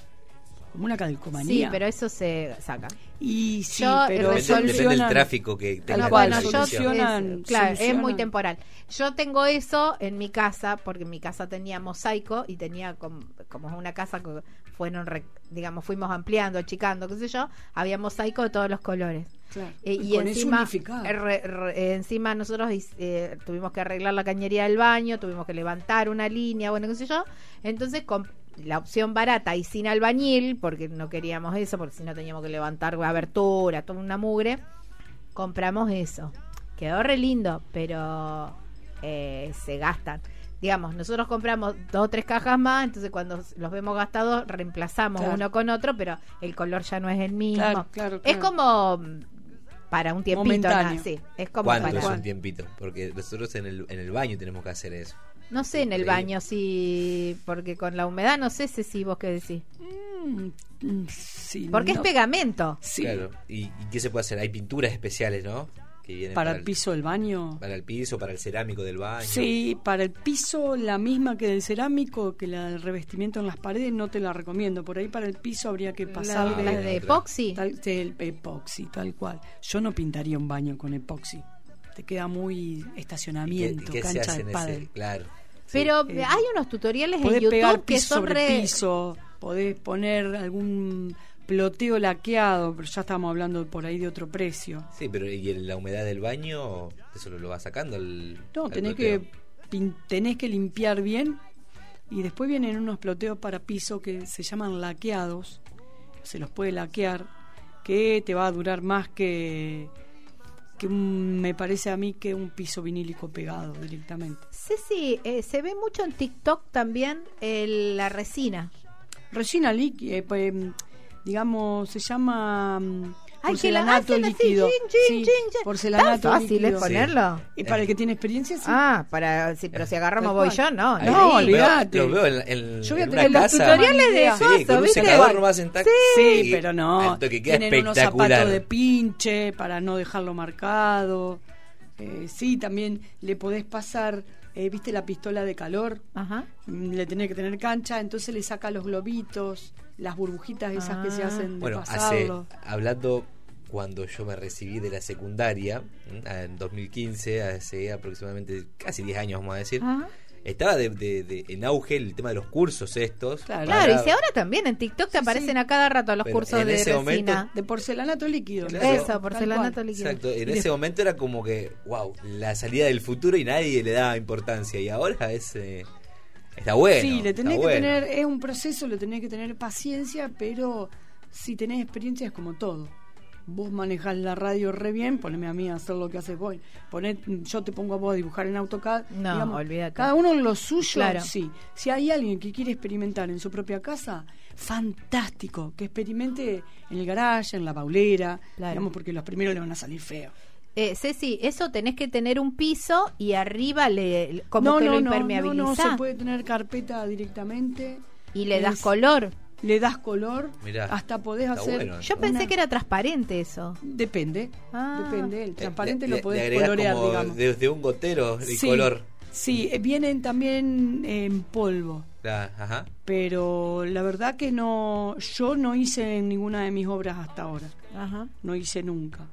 C: como una calcomanía.
B: Sí, pero eso se saca.
C: Y sí,
B: Yo
C: pero
D: depende, depende del
C: solucionan-
D: tráfico que
C: Tal
D: tenga
C: cual,
D: la
B: Bueno, yo
D: solución.
C: solución.
B: es, claro, es muy
C: solucionan.
B: temporal. Yo tengo eso en mi casa, porque en mi casa tenía mosaico y tenía com- como es una casa que fueron, re- digamos, fuimos ampliando, achicando, qué sé yo, había mosaico de todos los colores.
C: Claro.
B: Eh, y
C: con eso
B: encima,
C: unificar.
B: eh, re- re- eh, encima nosotros his- eh, tuvimos que arreglar la cañería del baño, tuvimos que levantar una línea, bueno, qué sé yo. Entonces, con la opción barata y sin albañil, porque no queríamos eso, porque si no teníamos que levantar abertura, toda una mugre, compramos eso. Quedó re lindo, pero eh, se gastan. Digamos, nosotros compramos dos o tres cajas más, entonces cuando los vemos gastados reemplazamos
C: Claro.
B: uno con otro, pero el color ya no es el mismo.
C: Claro, claro,
B: Es
C: claro.
B: como mm, para un tiempito,
C: Momentáneo.
B: nada, sí. Es como
D: ¿Cuánto
B: para.
D: es un tiempito? Porque nosotros en el, en el baño tenemos que hacer eso.
B: No sé en el
D: Increíble.
B: baño si. Porque con la humedad no sé si, si vos qué decís.
C: Mm, mm, sí,
B: Porque
C: no-
B: es pegamento.
C: sí.
D: Claro. ¿Y, y qué se puede hacer? Hay pinturas especiales, ¿no? que vienen
C: para el piso del baño.
D: Para el piso, para el cerámico del baño.
C: Sí, para el piso la misma que del cerámico, que la del revestimiento en las paredes, no te la recomiendo. Por ahí para el piso habría que pasarle...
B: La de epoxi.
C: Tal, el epoxi, tal cual. Yo no pintaría un baño con epoxi. Te queda muy estacionamiento,
D: ¿Y qué- y qué se
C: cancha de
D: hace en ese?
C: pádel.
D: Claro.
B: Pero
C: Eh,
B: hay unos tutoriales en
C: Podés
B: YouTube
C: pegar
B: que
C: piso
B: son
C: sobre
B: re...
C: piso, podés poner algún ploteo laqueado, pero ya estamos hablando por ahí de otro precio.
D: Sí, pero ¿y el- la humedad del baño? Eso lo, lo va sacando el.
C: No,
D: al
C: tenés
D: goteo.
C: que, pin- tenés que limpiar bien y después vienen unos ploteos para piso que se llaman laqueados, se los puede laquear, que te va a durar más que, que un- me parece a mí que un piso vinílico pegado directamente.
B: Ceci, eh, se ve mucho en TikTok también el- la resina.
C: Resina líquida, eh, pues, em, digamos, se llama mm,
B: Ay, que la
C: porcelanato
B: hacen así,
C: líquido.
B: chin, chin,
C: Sí,
B: chin, chin.
C: porcelanato
B: Tan fácil es
C: líquido.
B: ponerlo.
C: Y para el que tiene experiencia, sí.
B: Ah, para, si, pero si agarramos
C: Tal
B: voy yo,
C: cual.
B: no.
D: Ahí
B: ni
C: No,
D: los
B: ahí.
D: veo-
C: olvídate.
D: Los veo en, la- en-
C: Yo voy a
D: en
C: tener
D: una
C: los
D: casa.
C: tutoriales de
D: Sí,
B: esos,
D: con un
B: ¿viste?
D: secador nomás en tac.
C: Sí,
D: y
C: pero no.
D: al toque queda
C: Tienen unos
D: espectacular.
C: zapatos de pinche para no dejarlo marcado. Eh, sí, también le podés pasar, eh, viste la pistola de calor,
B: Ajá.
C: Mm, le tenés que tener cancha, entonces le saca los globitos, las burbujitas esas que se
B: Ah.
C: hacen de
D: Bueno, hace,
C: pasarlo.
D: hablando cuando yo me recibí de la secundaria, ¿m? Ah, en 2015, hace aproximadamente casi 10 años, vamos a decir,
C: Ah.
B: Ajá.
D: estaba de, de- de- en auge el tema de los cursos estos.
C: Claro.
B: Claro, y si ahora también en TikTok te aparecen
C: sí.
B: a cada rato los
D: Pero
B: cursos
D: en
B: de
D: ese
B: resina.
D: momento-
C: De porcelanato líquido.
D: Claro.
B: Eso,
D: Tal
B: porcelanato líquido.
D: Exacto, en ese momento era como que, wow, la salida del futuro y nadie le daba importancia. Y ahora es, eh, está bueno.
C: sí, le
D: está
C: tenés que
D: bueno. Eh,
C: tener, es un proceso, le tenés que tener paciencia, pero si tenés experiencia es como todo. Vos manejás la radio re bien, poneme a mí a hacer lo que haces vos. Poné, yo te pongo a vos a dibujar en AutoCAD.
B: No, olvídate.
C: Cada uno lo suyo,
B: Claro.
C: sí. Si hay alguien que quiere experimentar en su propia casa, fantástico, que experimente en el garage, en la paulera,
B: Claro.
C: digamos, porque los primeros le van a salir feos.
B: Eh, Ceci, eso tenés que tener un piso y arriba le le- como que lo impermeabilizás
C: No, no, se puede tener carpeta directamente.
B: y le das
C: Es-
B: color.
C: le das color,
D: Mirá,
C: hasta podés
D: está
C: hacer.
D: bueno.
B: Yo
D: Una-
B: pensé que era transparente eso.
C: Depende,
B: Ah.
C: depende. El
D: Le-
C: transparente
D: Eh, le-
C: lo podés
D: le agregás
C: colorear,
D: como
C: digamos.
D: de- de un gotero el
C: Sí,
D: color.
C: Sí, eh, vienen también en polvo,
D: La- ajá.
C: pero la verdad que no, yo no hice en ninguna de mis obras hasta ahora,
B: Ajá.
C: no hice nunca.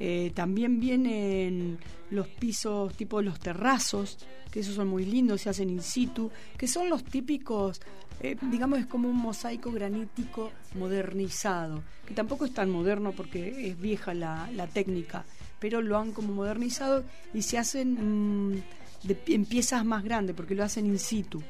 C: Eh, también vienen los pisos tipo los terrazos, que esos son muy lindos, se hacen in situ, que son los típicos, eh, digamos es como un mosaico granítico modernizado, que tampoco es tan moderno porque es vieja la, la técnica, pero lo han como modernizado y se hacen mm, de pi- en piezas más grandes porque lo hacen in situ.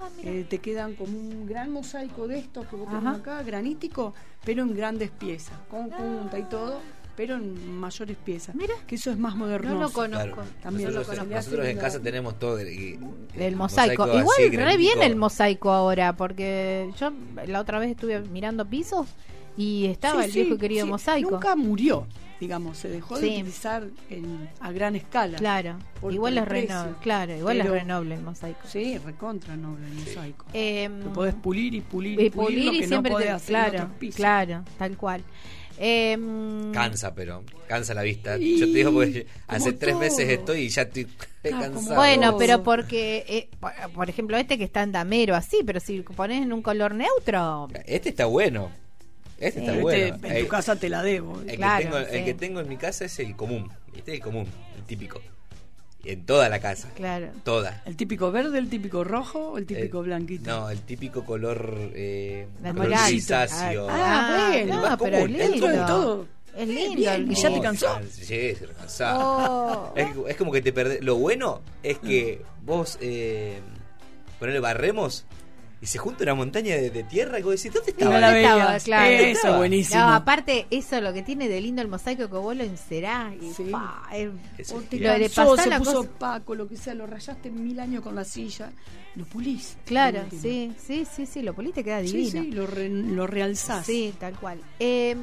B: Ah,
C: Eh, te quedan como un gran mosaico de estos que vos tenés
B: Ajá. Ah.
C: acá, granítico, pero en grandes piezas, con junta y todo, pero en mayores piezas.
B: Mira.
C: que eso es más moderno.
B: No lo conozco.
D: Claro.
C: También
D: nosotros,
C: lo conozco.
D: nosotros en casa tenemos todo el, y-
B: Del
D: el
B: mosaico. Igual
D: así,
B: re bien
D: granítico.
B: el mosaico ahora, porque yo la otra vez estuve mirando pisos y estaba el viejo y querido mosaico.
C: Nunca murió, digamos, se dejó de
B: Sí.
C: utilizar en- a gran escala.
B: Claro,
C: Por-
B: igual
C: por
B: es
C: el
B: re
C: precio.
B: noble, claro, igual
C: Pero-
B: es re noble el mosaico.
C: Sí, recontra noble el mosaico.
B: Em,
C: Lo podés pulir y pulir
B: y pulir
C: lo
B: y
C: que
B: siempre
C: no podés
B: te-
C: hacer en
B: claro,
C: otros pisos.
B: claro, tal cual. Em,
D: Cansa, pero cansa la vista.
C: Y-
D: Yo te digo porque
C: como
D: hace tres
C: todo.
D: meses estoy y ya estoy
C: Claro,
D: cansado.
C: como-
B: bueno,
C: Todo.
B: pero porque, eh, por, por ejemplo, este que está en damero así, pero si pones en un color neutro,
D: Este está bueno. Este está
C: Pero
D: bueno. eh,
C: este, en
D: El-
C: tu casa te la debo.
D: el,
B: Claro,
D: que tengo, el
B: sí.
D: que tengo en mi casa es el común. Este es el común, el típico. En toda la casa.
B: claro.
D: Toda.
C: ¿El típico verde, el típico rojo o el típico
D: El-
C: blanquito?
D: eh, No, el típico color eh,
B: La
D: color
B: morada.
D: grisáceo.
C: Ah, bueno,
B: no,
D: el más
B: pero es
D: común, el
B: lindo.
C: todo, todo.
B: Es
C: Bien,
B: lindo.
C: bien,
B: el
C: y
D: No,
C: ya te
B: guillo.
C: cansó.
D: can- Oh, Sí, se cansaba.
B: Oh.
D: Es, es como que te perdés. Lo bueno es que vos, eh, ponele barremos y se junta una montaña de, de tierra y vos decís, ¿dónde
C: No
D: estaba?
C: la
D: esto?
B: estaba,
C: veías.
B: claro.
C: Eso,
D: Estaba.
C: buenísimo.
B: No, aparte, eso lo que tiene de lindo el mosaico que vos lo encerás. Y,
C: Sí.
B: pa, es-
D: Eso
C: O
D: es
C: te
B: Lo
D: genial.
B: de
C: cansó,
B: pasar
C: se
B: la
C: puso
B: cosa-
C: opaco, lo que sea, lo rayaste mil años con la silla, lo pulís.
B: claro,
C: de última.
B: sí, sí, sí, sí, lo puliste, queda
C: Sí,
B: divino.
C: sí, lo, re- lo realzás.
B: Sí, tal cual. Eh,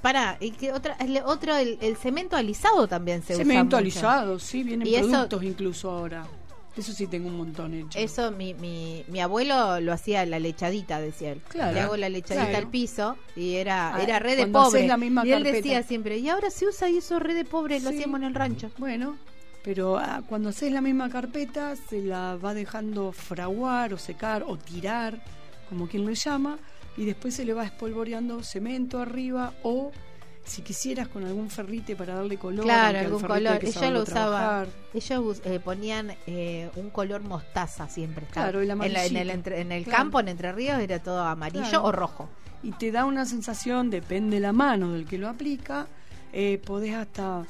B: pará, y que otra, el, otro, el, el cemento alisado también se usa.
C: Cemento
B: mucho.
C: alisado, sí, vienen
B: Y eso-
C: productos incluso ahora. Eso sí tengo un montón hecho.
B: Eso mi, mi, mi abuelo lo hacía la lechadita, decía él.
C: Claro.
B: Le hago la lechadita
C: Claro.
B: al piso y era,
C: Ah,
B: era re de
C: cuando haces
B: pobre.
C: la misma
B: y él
C: carpeta.
B: decía siempre, y ahora se usa eso re de pobre, lo
C: Sí.
B: hacíamos en el rancho.
C: Bueno, pero ah, cuando haces la misma carpeta, se la va dejando fraguar o secar o tirar, como quien le llama, y después se le va espolvoreando cemento arriba o si quisieras con algún ferrite para darle color. aunque
B: claro,
C: al
B: algún
C: ferrite hay
B: color.
C: que
B: Ella
C: saberlo
B: lo usaba.
C: trabajar.
B: Ellos eh, ponían eh, un color mostaza siempre. estaba.
C: Claro, el
B: en, la- en el,
C: amarillito.
B: entre- en el
C: Claro.
B: campo, en Entre Ríos, era todo amarillo
C: Claro.
B: o rojo.
C: Y te da una sensación, depende la mano del que lo aplica, eh, podés hasta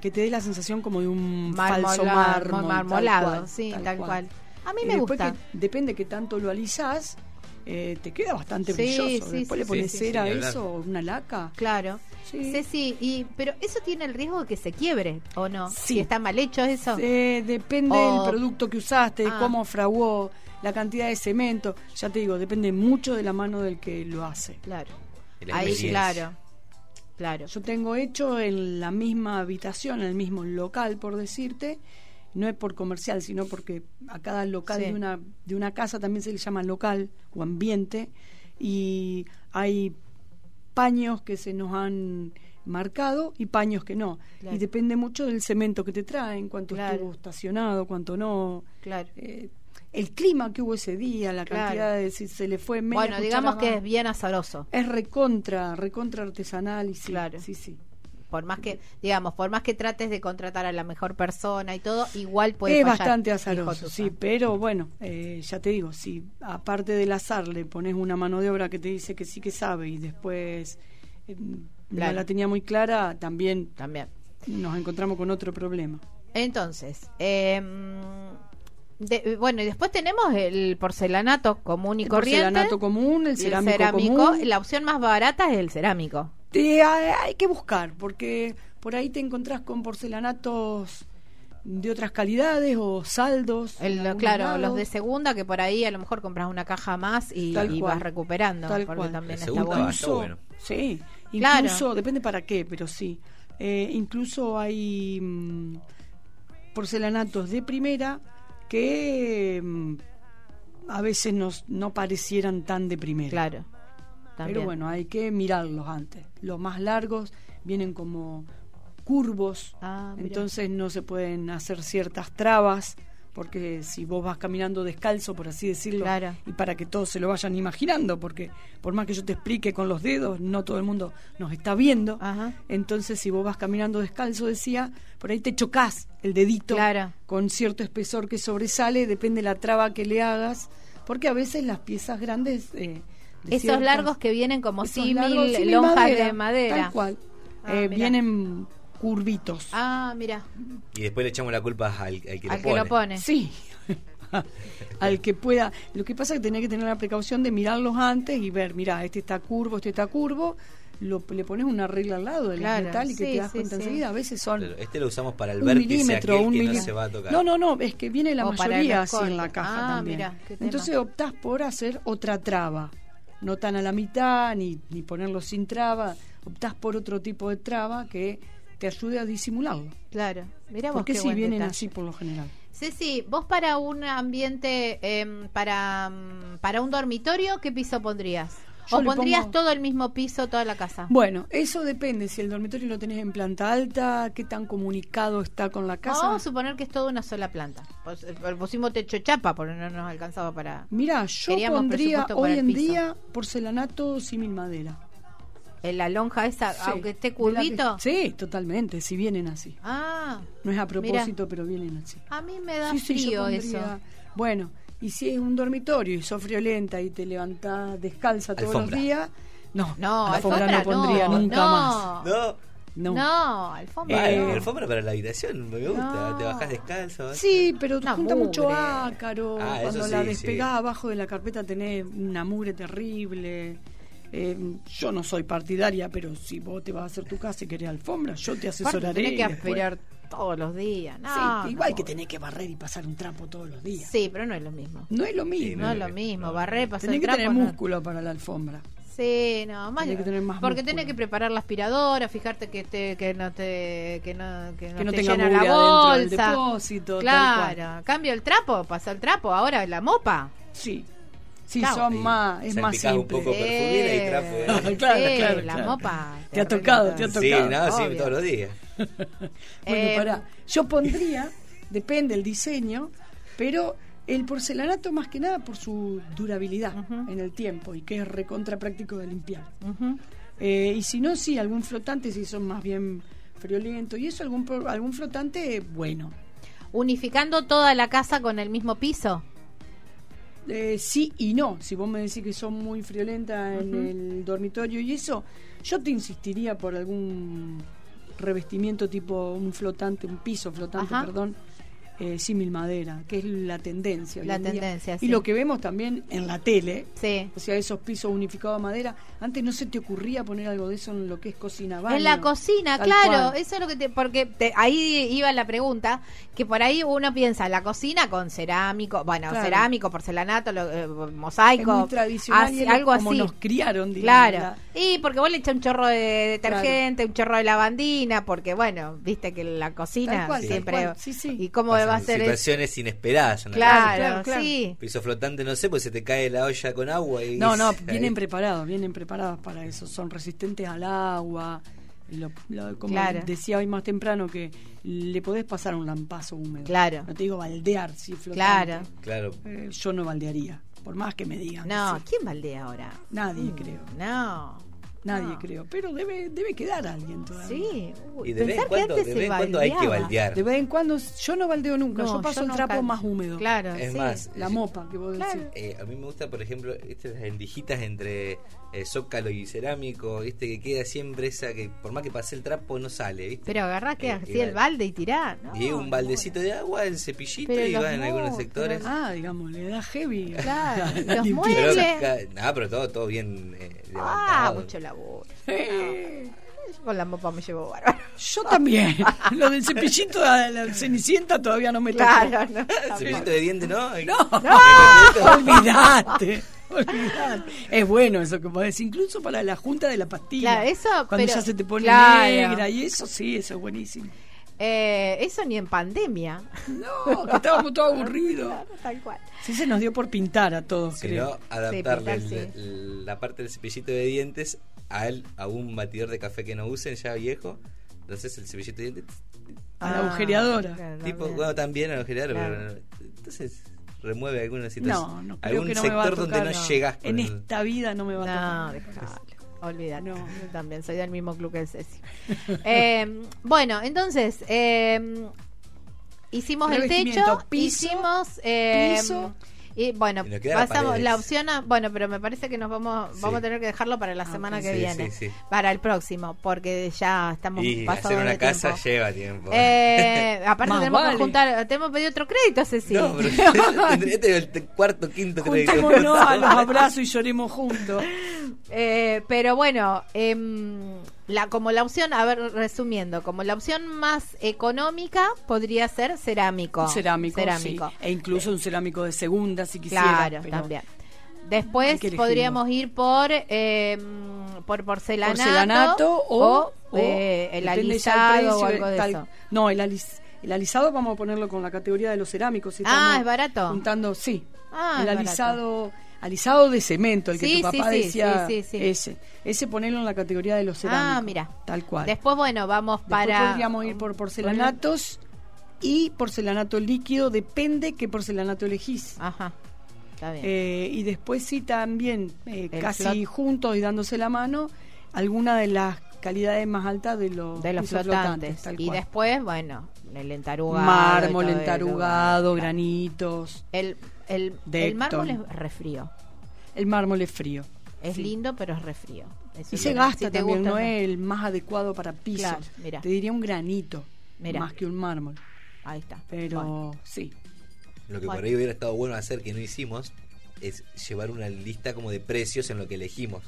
C: que te dé la sensación como de un falso
B: Marmola-
C: mármol. tal
B: marmolado,
C: cual,
B: sí, tal, cual. A mí
C: Y
B: me
C: después
B: gusta.
C: que depende que tanto lo alisás, eh, te queda bastante
B: Sí,
C: brilloso.
B: sí,
C: después
B: sí,
C: le pones
D: sí, sí,
C: cera
D: ni
C: a
D: hablar.
C: eso, o una laca.
B: Claro.
C: Sí.
B: Ceci, y, pero eso tiene el riesgo de que se quiebre, ¿o no?
C: Sí.
B: Si está mal hecho eso.
C: Eh, depende
B: O-
C: del producto que usaste,
B: Ah.
C: cómo fraguó, la cantidad de cemento. Ya te digo, depende mucho de la mano del que lo hace.
B: Claro.
D: Y la
B: Ahí,
D: experiencia.
B: claro. Claro.
C: Yo tengo hecho en la misma habitación, en el mismo local, por decirte, no es por comercial, sino porque a cada local
B: Sí.
C: de, una, de una casa también se le llama local o ambiente, y hay paños que se nos han marcado y paños que no.
B: Claro.
C: Y depende mucho del cemento que te traen, cuánto
B: Claro.
C: estuvo estacionado, cuánto no.
B: Claro.
C: eh, el clima que hubo ese día, la
B: Claro.
C: cantidad de si se le fue media
B: Bueno, digamos
C: cuchara
B: que
C: más.
B: es bien azaroso.
C: Es recontra, recontra artesanal y sí,
B: Claro.
C: sí, sí.
B: Por más que, digamos, por más que trates de contratar a la mejor persona y todo, igual puede
C: es
B: fallar,
C: bastante
B: dijo
C: azaroso, sí,
B: Susan.
C: pero bueno, eh, ya te digo, si aparte del azar le pones una mano de obra que te dice que sí que sabe y después eh, no
B: Claro.
C: la tenía muy clara, también
B: También.
C: nos encontramos con otro problema.
B: Entonces, em, de- bueno, y después tenemos el porcelanato común y
C: El
B: corriente.
C: porcelanato común, el
B: y
C: cerámico, común.
B: La opción más barata es el cerámico.
C: Te- ha- hay que buscar, porque por ahí te encontrás con porcelanatos de otras calidades o saldos. en
B: El-
C: algunos
B: claro, los
C: lados.
B: de segunda que por ahí a lo mejor compras una caja más y,
C: Tal
B: y
C: cual.
B: vas recuperando,
C: Tal
B: porque
C: cual.
B: también
D: El
B: está
D: segundo
B: bueno.
D: va.
C: incluso,
D: bueno.
C: sí,
B: Claro.
C: incluso, depende para qué, pero sí. Eh, incluso hay mm, porcelanatos de primera que mm, a veces nos, no parecieran tan de primera.
B: Claro. También.
C: Pero bueno, hay que mirarlos antes. Los más largos vienen como curvos,
B: Ah, mira.
C: entonces no se pueden hacer ciertas trabas, porque si vos vas caminando descalzo, por así decirlo,
B: Claro.
C: y para que todos se lo vayan imaginando, porque por más que yo te explique con los dedos, no todo el mundo nos está viendo.
B: Ajá.
C: Entonces, si vos vas caminando descalzo, decía, por ahí te chocas el dedito
B: Claro.
C: con cierto espesor que sobresale, depende la traba que le hagas, porque a veces las piezas grandes... eh, de
B: Esos
C: ciertas-
B: largos que vienen como
C: esos
B: símil,
C: largos, símil
B: lonjas de madera.
C: Tal cual.
B: Ah,
C: Eh,
B: mirá.
C: vienen curvitos.
B: Ah, mira,
D: Y después le echamos la culpa al, al que, lo,
B: al que
D: pone.
B: lo pone.
C: Sí. [laughs] Al que pueda. Lo que pasa es que tenés que tener la precaución de mirarlos antes y ver, mirá, este está curvo, este está curvo. Lo, le pones una regla al lado del
B: Claro,
C: metal y que
B: sí,
C: te das
B: sí,
C: cuenta
B: sí.
C: enseguida. A veces son
D: Claro, este lo usamos para el
C: un
D: vértice
C: milímetro,
D: aquel
C: un
D: que no
C: milímetro.
D: se va a tocar.
C: No, no, no, es que viene la
B: O para
C: mayoría
B: los
C: así en la
B: cortes.
C: caja
B: Ah,
C: también.
B: mirá, qué tema.
C: Entonces optás por hacer otra traba. No tan a la mitad, ni, ni ponerlo sin traba. Optás por otro tipo de traba que te ayude a disimularlo.
B: Claro, mira vos
C: Porque
B: qué
C: si
B: buen
C: vienen
B: detalle.
C: así por lo general.
B: Ceci, vos para un ambiente, em, para, mm, para un dormitorio, ¿qué piso pondrías?
C: Yo
B: ¿O
C: le
B: pondrías
C: pongo-
B: todo el mismo piso, toda la casa?
C: Bueno, eso depende. Si el dormitorio lo tenés en planta alta, qué tan comunicado está con la casa.
B: Vamos a suponer que es toda una sola planta. Pos- eh, Pusimos techo de chapa porque no nos alcanzaba para
C: Mira, yo
B: Queríamos
C: pondría
B: presupuesto para
C: hoy
B: el
C: en
B: piso.
C: día porcelanato simil madera.
B: eh, la lonja esa,
C: Sí,
B: aunque esté
C: de la que-
B: curvito.
C: Sí, totalmente, si vienen así.
B: Ah,
C: No es a propósito,
B: Mirá.
C: pero vienen así.
B: a mí me da
C: Sí, sí, yo
B: frío
C: pondría-
B: eso.
C: Bueno, y si es un dormitorio y sos friolenta y te levantás descalza todos
D: Alfombra.
C: los días, no,
B: No,
C: alfombra,
B: alfombra
C: no pondría
B: no,
C: nunca
B: no.
C: más.
D: No.
B: No,
C: No.
B: alfombra.
D: Vale,
C: Eh,
B: no.
D: alfombra para la habitación, me gusta.
B: No.
D: Te bajás descalzo. vas.
C: Sí, pero
B: Una
C: junta mucho
B: mugre.
C: ácaro.
D: Ah, eso
C: cuando
D: sí,
C: la
D: sí.
C: despegás abajo de la carpeta tenés una mugre terrible. Eh, yo no soy partidaria, pero si vos te vas a hacer tu casa y querés alfombra, yo te
B: Aparte,
C: asesoraré.
B: tenés
C: y
B: que
C: después-
B: aspirar todos los días.
C: Sí,
B: No,
C: igual
B: no.
C: que tenés que barrer y pasar un trapo todos los días.
B: Sí, pero no es lo mismo.
C: No es lo mismo.
B: No es lo mismo, barré, pasar
C: Tenés
B: el
C: que
B: trapo,
C: tener
B: no.
C: músculo para la alfombra.
B: Sí, no, más,
C: Tiene que tener más
B: porque
C: músculo.
B: tenés que preparar la aspiradora, fijarte que te, que no te que no, que no
C: Que no
B: te
C: tenga
B: llena
C: mugre
B: la
C: adentro del
B: bolsa.
C: depósito, tal
B: claro, cambio el trapo, pasó el trapo, ahora la mopa.
C: Sí. Sí,
B: Chao.
C: son
D: Ahí,
C: más, es más
D: salpicaba un
C: simple.
D: poco. Con perfumera y trapo,
B: Eh, Sí,
D: ¿eh?
C: [laughs] Claro, claro,
B: la
C: claro.
B: mopa.
C: Te ha
B: terrible.
C: tocado, te ha
D: Sí,
C: tocado.
D: nada, sí,
B: Obvio.
D: todos los días.
C: Bueno,
B: Eh,
C: pará. Yo pondría, [laughs] depende el diseño, pero el porcelanato más que nada por su durabilidad
B: Ujú.
C: en el tiempo y que es recontra práctico de limpiar.
B: Ujú.
C: Eh, y si no, sí, algún flotante, si son más bien friolento y eso, algún, pro- algún flotante eh, bueno.
B: Unificando toda la casa con el mismo piso.
C: Eh, sí y no. Si vos me decís que son muy friolenta en
B: Ujú.
C: el dormitorio y eso, yo te insistiría por algún revestimiento tipo un flotante, un piso flotante,
B: Ajá.
C: perdón, eh, símil madera, que es la tendencia. hoy
B: La
C: en día.
B: tendencia,
C: Y
B: sí.
C: lo que vemos también en la tele,
B: Sí.
C: o sea, esos pisos unificados de madera, antes no se te ocurría poner algo de eso en lo que es cocina baño,
B: en la cocina,
C: tal
B: claro,
C: cual.
B: eso es lo que te, porque te- ahí iba la pregunta, que por ahí uno piensa la cocina con cerámico, bueno,
C: Claro.
B: cerámico, porcelanato, lo- eh,
C: Es
B: mosaico,
C: muy tradicional y
B: así-
C: es
B: algo
C: como
B: así.
C: nos criaron, digamos,
B: Claro.
C: la-
B: Y porque vos le echás un chorro de
C: Claro.
B: detergente, un chorro de lavandina, porque bueno, viste que la
C: Tal
B: cocina
C: cual, tal
B: siempre.
C: cual. Sí, sí.
B: ¿Y cómo va a
D: Pasan
B: ser eso?
D: Situaciones inesperadas. en la
B: Claro,
C: Claro, claro.
B: sí.
D: casa. Piso flotante, no sé, pues se te cae la olla con agua y...
C: No, no,
D: [laughs] ahí-
C: vienen preparados, vienen preparados para eso. Son resistentes al agua. Lo- lo- como
B: Claro.
C: decía hoy más temprano, que le podés pasar un lampazo húmedo.
B: Claro.
C: No te digo baldear, sí,
B: Claro.
C: flotante.
D: Claro,
C: Eh, yo no baldearía, por más que me digan. que
B: No,
C: sí.
B: ¿quién baldea ahora? Mm,
C: Nadie creo,
B: No.
C: nadie
B: no.
C: creo. Pero debe, debe quedar alguien todavía.
B: Sí. Uy,
D: Y de vez en
B: pensar que
D: cuando,
B: antes
D: de
B: se
D: vez en cuando hay que
B: baldeaba.
D: baldear.
C: De vez en cuando, yo no baldeo nunca,
B: No,
C: yo paso el
B: nunca-
C: trapo más húmedo.
B: Claro,
D: Es
B: sí.
D: más,
C: La mopa que vos decís.
B: Claro.
D: Eh, a mí me gusta, por ejemplo, estas rendijitas entre eh, zócalo y cerámico, viste que queda siempre esa que por más que pase el trapo no sale, viste.
B: Pero agarrás que
D: Eh,
B: así
D: y
B: el
D: bal-
B: balde y tirá. No,
D: y un baldecito de agua, el cepillito
B: Pero
D: y
B: los
D: va en algunos
B: muros,
D: sectores.
B: pero-
C: Ah, digamos, le da heavy. [laughs]
B: Claro,
C: La
B: los
C: limpieza.
D: Pero,
B: muebles.
D: ca- nada, pero todo, todo bien eh,
B: Ah,
D: levantado.
B: mucho laburo. No. Yo Con la mopa me llevo bárbaro.
C: Yo también. Lo del cepillito de la cenicienta todavía no me tocó.
B: [laughs]
C: [laughs]
B: Claro, no.
D: cepillito de diente, ¿no? No,
C: Olvidate. olvidate. Es bueno eso que podés, incluso para la junta de la pastilla.
B: Claro, eso,
C: Cuando
B: pero-
C: ya se te pone
B: claro.
C: negra y eso sí, eso es buenísimo.
B: Eh, eso ni en pandemia.
C: No, que estábamos todos aburridos.
B: Tal cual.
C: Sí, se nos dio por pintar a todos, creo.
D: Sino adaptarle
B: Sí, pintar,
D: el- el- la parte del cepillito de dientes al, a un batidor de café que no usen ya viejo. Entonces el cepillito de dientes,
C: A
B: Ah,
C: la agujereadora.
B: claro,
D: tipo,
B: bien.
D: bueno, también agujerear,
B: Claro.
D: pero entonces remueve alguna situación.
C: No, no, creo
D: algún
C: que no me va a
D: sector
C: tocar,
D: donde no, llegas con
C: En
D: el-
C: esta vida no me va
B: No,
C: a
B: dejalo.
C: tocar.
B: Olvídate. [laughs]
C: No.
B: Yo también soy del mismo club que
C: [laughs]
B: el Ceci. Eh, bueno, entonces, eh, hicimos el techo,
C: Revestimiento, piso,
B: hicimos... eh,
C: piso.
B: y bueno,
D: Y nos quedan las
B: pasamos la
D: paredes.
B: opción a- Bueno, pero me parece que nos vamos
D: Sí.
B: vamos a tener que dejarlo para la
C: Ah,
B: semana
C: ok.
B: que
D: Sí,
B: viene.
D: sí, sí.
B: Para el próximo, porque ya estamos
D: Y
B: pasados
D: hacer una
B: de
D: casa
B: tiempo.
D: lleva tiempo. [laughs]
B: Eh, aparte
C: Más
B: tenemos que
C: vale.
B: juntar, tenemos que pedir otro crédito, Ceci.
D: No,
C: [laughs]
B: [laughs]
D: pero [laughs] este es el te- cuarto, quinto crédito. [laughs]
C: Juntémonos a los abrazos y lloremos juntos.
B: Eh, pero bueno, em, la, como la opción, a ver, resumiendo, como la opción más económica podría ser cerámico.
C: Un cerámico,
B: Cerámico.
C: sí. E incluso un cerámico de segunda, si quisieras.
B: claro,
C: pero
B: también.
C: hay
B: Después
C: que elegirlo.
B: podríamos ir por em, por porcelanato,
C: Porcelanato o,
B: o, eh, el
C: depende ya
B: alisado o
C: precio,
B: algo de
C: tal-
B: eso.
C: No, el, alis- el alisado vamos a ponerlo con la categoría de los cerámicos. si estamos
B: Ah, ¿es barato?
C: Juntando, sí.
B: Ah,
C: el
B: es
C: alisado alisado de cemento, el que
B: Sí,
C: tu
B: sí,
C: papá
B: sí,
C: decía.
B: sí, sí, sí.
C: Ese. Ese ponerlo en la categoría de los cerámicos.
B: Ah, mira.
C: Tal cual.
B: Después, bueno, vamos
C: Después
B: para...
C: podríamos ir por porcelanatos y porcelanato líquido, depende qué porcelanato elegís.
B: Ajá, está bien.
C: Eh, y después sí también, eh,
B: El
C: casi
B: flot-
C: juntos y dándose la mano, alguna de las calidades más altas de los,
B: de los
C: pisos
B: flotantes.
C: tal
B: y
C: cual.
B: después, bueno, el entarugado.
C: mármol
B: y todo
C: entarugado,
B: eso.
C: granitos.
B: El, el,
C: De
B: el mármol es
C: Epton.
B: refrío.
C: El mármol es frío.
B: Es
C: Sí.
B: lindo, pero es refrío. Eso
C: Y
B: es
C: se
B: lo que-
C: gasta
B: si te
C: también,
B: gusta,
C: no es el más adecuado para pisos.
B: Claro, mira.
C: Te diría un granito,
B: Mira.
C: más que un mármol.
B: Ahí está.
C: Pero
B: Bueno.
C: sí.
D: Lo que por
B: Bueno.
D: ahí hubiera estado bueno hacer que no hicimos es llevar una lista como de precios en lo que elegimos.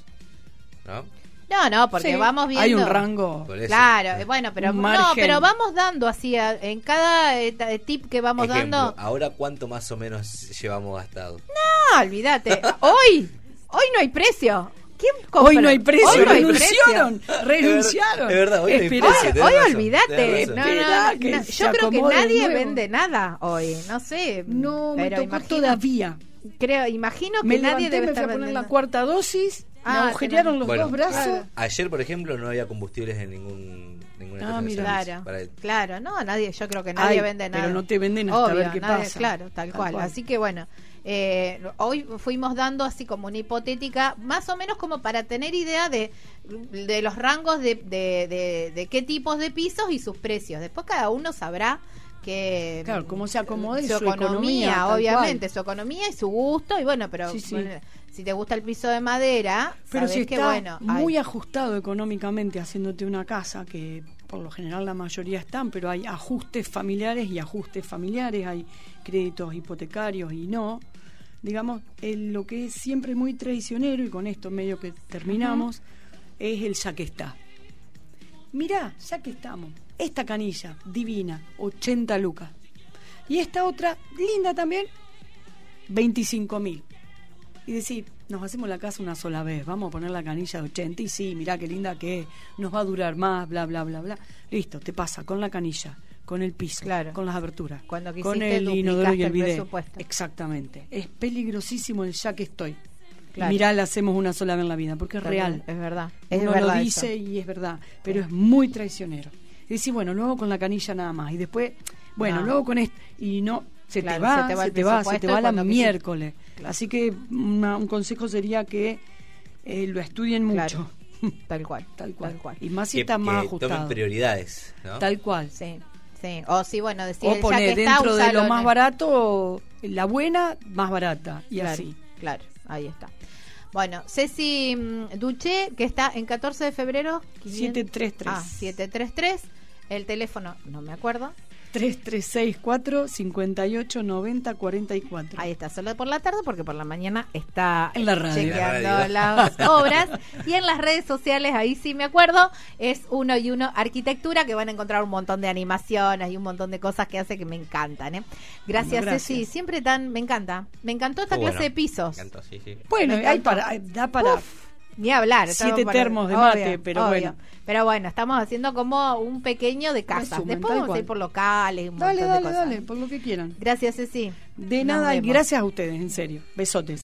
D: ¿No?
B: No, no, porque
C: Sí,
B: vamos viendo.
C: Hay un rango.
D: Por eso.
B: Claro, eh, bueno, pero
C: Un
B: no,
C: margen.
B: pero vamos dando así a- en cada eh, ta- tip que vamos
D: Ejemplo, Ah.
B: dando.
D: ahora cuánto
B: Ah,
D: más o menos llevamos gastado.
B: No, olvídate. Hoy, hoy no hay precio. ¿Quién
C: Hoy no
B: compra?
C: hay precio,
B: Hoy no hay
C: renunciaron,
D: Es
C: renunciaron.
D: verdad, es verdad, hoy no hay
C: Esperá.
B: Hoy,
D: precio. tenés
B: hoy
D: razón,
B: olvídate.
D: tenés
B: No,
D: razón.
B: no,
C: Esperá
B: no,
C: que
B: no.
C: se
B: Yo creo que
C: acomode de
B: nadie
C: nuevo.
B: vende nada hoy. No sé.
C: No, me
B: pero
C: tocó
B: imagino-
C: todavía.
B: Creo, imagino que
C: Me
B: nadie
C: levanté,
B: debe
C: me fui
B: estar
C: a poner
B: vendiendo.
C: la cuarta dosis,
B: Ah,
C: me agujerearon los
D: Bueno,
C: dos brazos.
D: a- ayer, por ejemplo, no había combustibles en ningún ninguna
C: Ah,
D: estación de
C: mira.
D: servicio
B: Claro,
D: para-
B: claro, no, nadie, yo creo que nadie
C: Ay,
B: vende
C: pero
B: nada.
C: no te venden hasta
B: Obvio,
C: ver qué
B: nadie-
C: pasa.
B: Claro, tal,
C: Tal
B: cual.
C: cual.
B: Así que bueno, eh, hoy fuimos dando así como una hipotética, más o menos como para tener idea de, de los rangos de, de, de- de qué tipos de pisos y sus precios. Después cada uno sabrá que mm,
C: Claro, cómo se acomode
B: su,
C: su
B: economía,
C: economía, tal
B: obviamente,
C: cual.
B: su economía y su gusto y bueno, pero
C: Sí, sí.
B: bueno, si te gusta el piso de madera,
C: Pero
B: sabés
C: si
B: que
C: está
B: bueno, ay,
C: muy ajustado económicamente haciéndote una casa, que por lo general la mayoría están, pero hay ajustes familiares y ajustes familiares, hay créditos hipotecarios y no. Digamos, el- lo que es siempre muy traicionero, y con esto medio que terminamos, es el ya que está. Mirá, ya que estamos, esta canilla divina, 80 lucas. Y esta otra, linda también, 25 mil. Y decir, nos hacemos la casa una sola vez, vamos a poner la canilla de 80 y sí, mirá qué linda que es, nos va a durar más, bla, bla, bla, bla. Listo, te pasa con la canilla, con el piso,
B: Claro.
C: con las aberturas,
B: Cuando
C: con
B: quisiste,
C: el inodoro y
B: duplicaste
C: el
B: el
C: bidet.
B: presupuesto.
C: Exactamente. Es peligrosísimo el ya que estoy.
B: Claro.
C: Mirá, la hacemos una sola vez en la vida, porque es real.
B: Es verdad. Es
C: Uno
B: verdad
C: lo
B: eso.
C: dice y es verdad, pero es muy traicionero. Y decís, bueno, luego con la canilla nada más. Y después, bueno,
B: No.
C: luego con esto. Y no, se
B: Claro,
C: te va, se te va, se
B: el
C: te va,
B: presupuesto y
C: la
B: cuando quisiste.
C: miércoles. Así que una- un consejo sería que eh, lo estudien
B: Claro.
C: mucho.
B: Tal cual.
C: Tal cual. Y más si está
D: que-
C: más
D: que tomen
C: ajustado.
D: prioridades, ¿no?
C: Tal cual.
B: Sí, sí. O sí, bueno, decir
C: O
B: ya
C: poner
B: que está, eh.
C: dentro de
B: usalo
C: lo
B: en
C: más
B: el-
C: barato, la buena, más barata. Y
B: claro,
C: así.
B: Claro, ahí está. Bueno, Ceci mm, Duché, que está en 14 de febrero. 500
C: 733.
B: Ah, 733. El teléfono, no me acuerdo.
C: 3364 5890 44.
B: Ahí está, solo por la tarde, porque por la mañana está
C: En la radio.
B: chequeando
D: En la radio.
B: las obras. Y en las redes sociales, ahí sí me acuerdo, es uno y uno arquitectura, que van a encontrar un montón de animaciones y un montón de cosas que hace que me encantan. ¿eh? Gracias,
C: Bueno, gracias.
B: Ceci. Siempre tan, me encanta. Me encantó esta
D: Está
B: clase
D: Oh, bueno.
B: de pisos.
D: Me encantó, sí, sí.
C: Bueno,
B: Me
C: hay
B: encantó.
C: para, da para.
B: Ni hablar.
C: Siete
B: estamos para-
C: termos de mate, pero bueno.
B: Pero bueno, estamos haciendo como un pequeño de casas.
C: Resumen,
B: Después
C: tal
B: vamos a ir
C: cual.
B: por locales, un
C: Dale,
B: montón de
C: dale,
B: cosas.
C: dale, por lo que quieran.
B: Gracias, Ceci.
C: De
B: Nos
C: nada y
B: vemos.
C: gracias a ustedes, en serio. Besotes.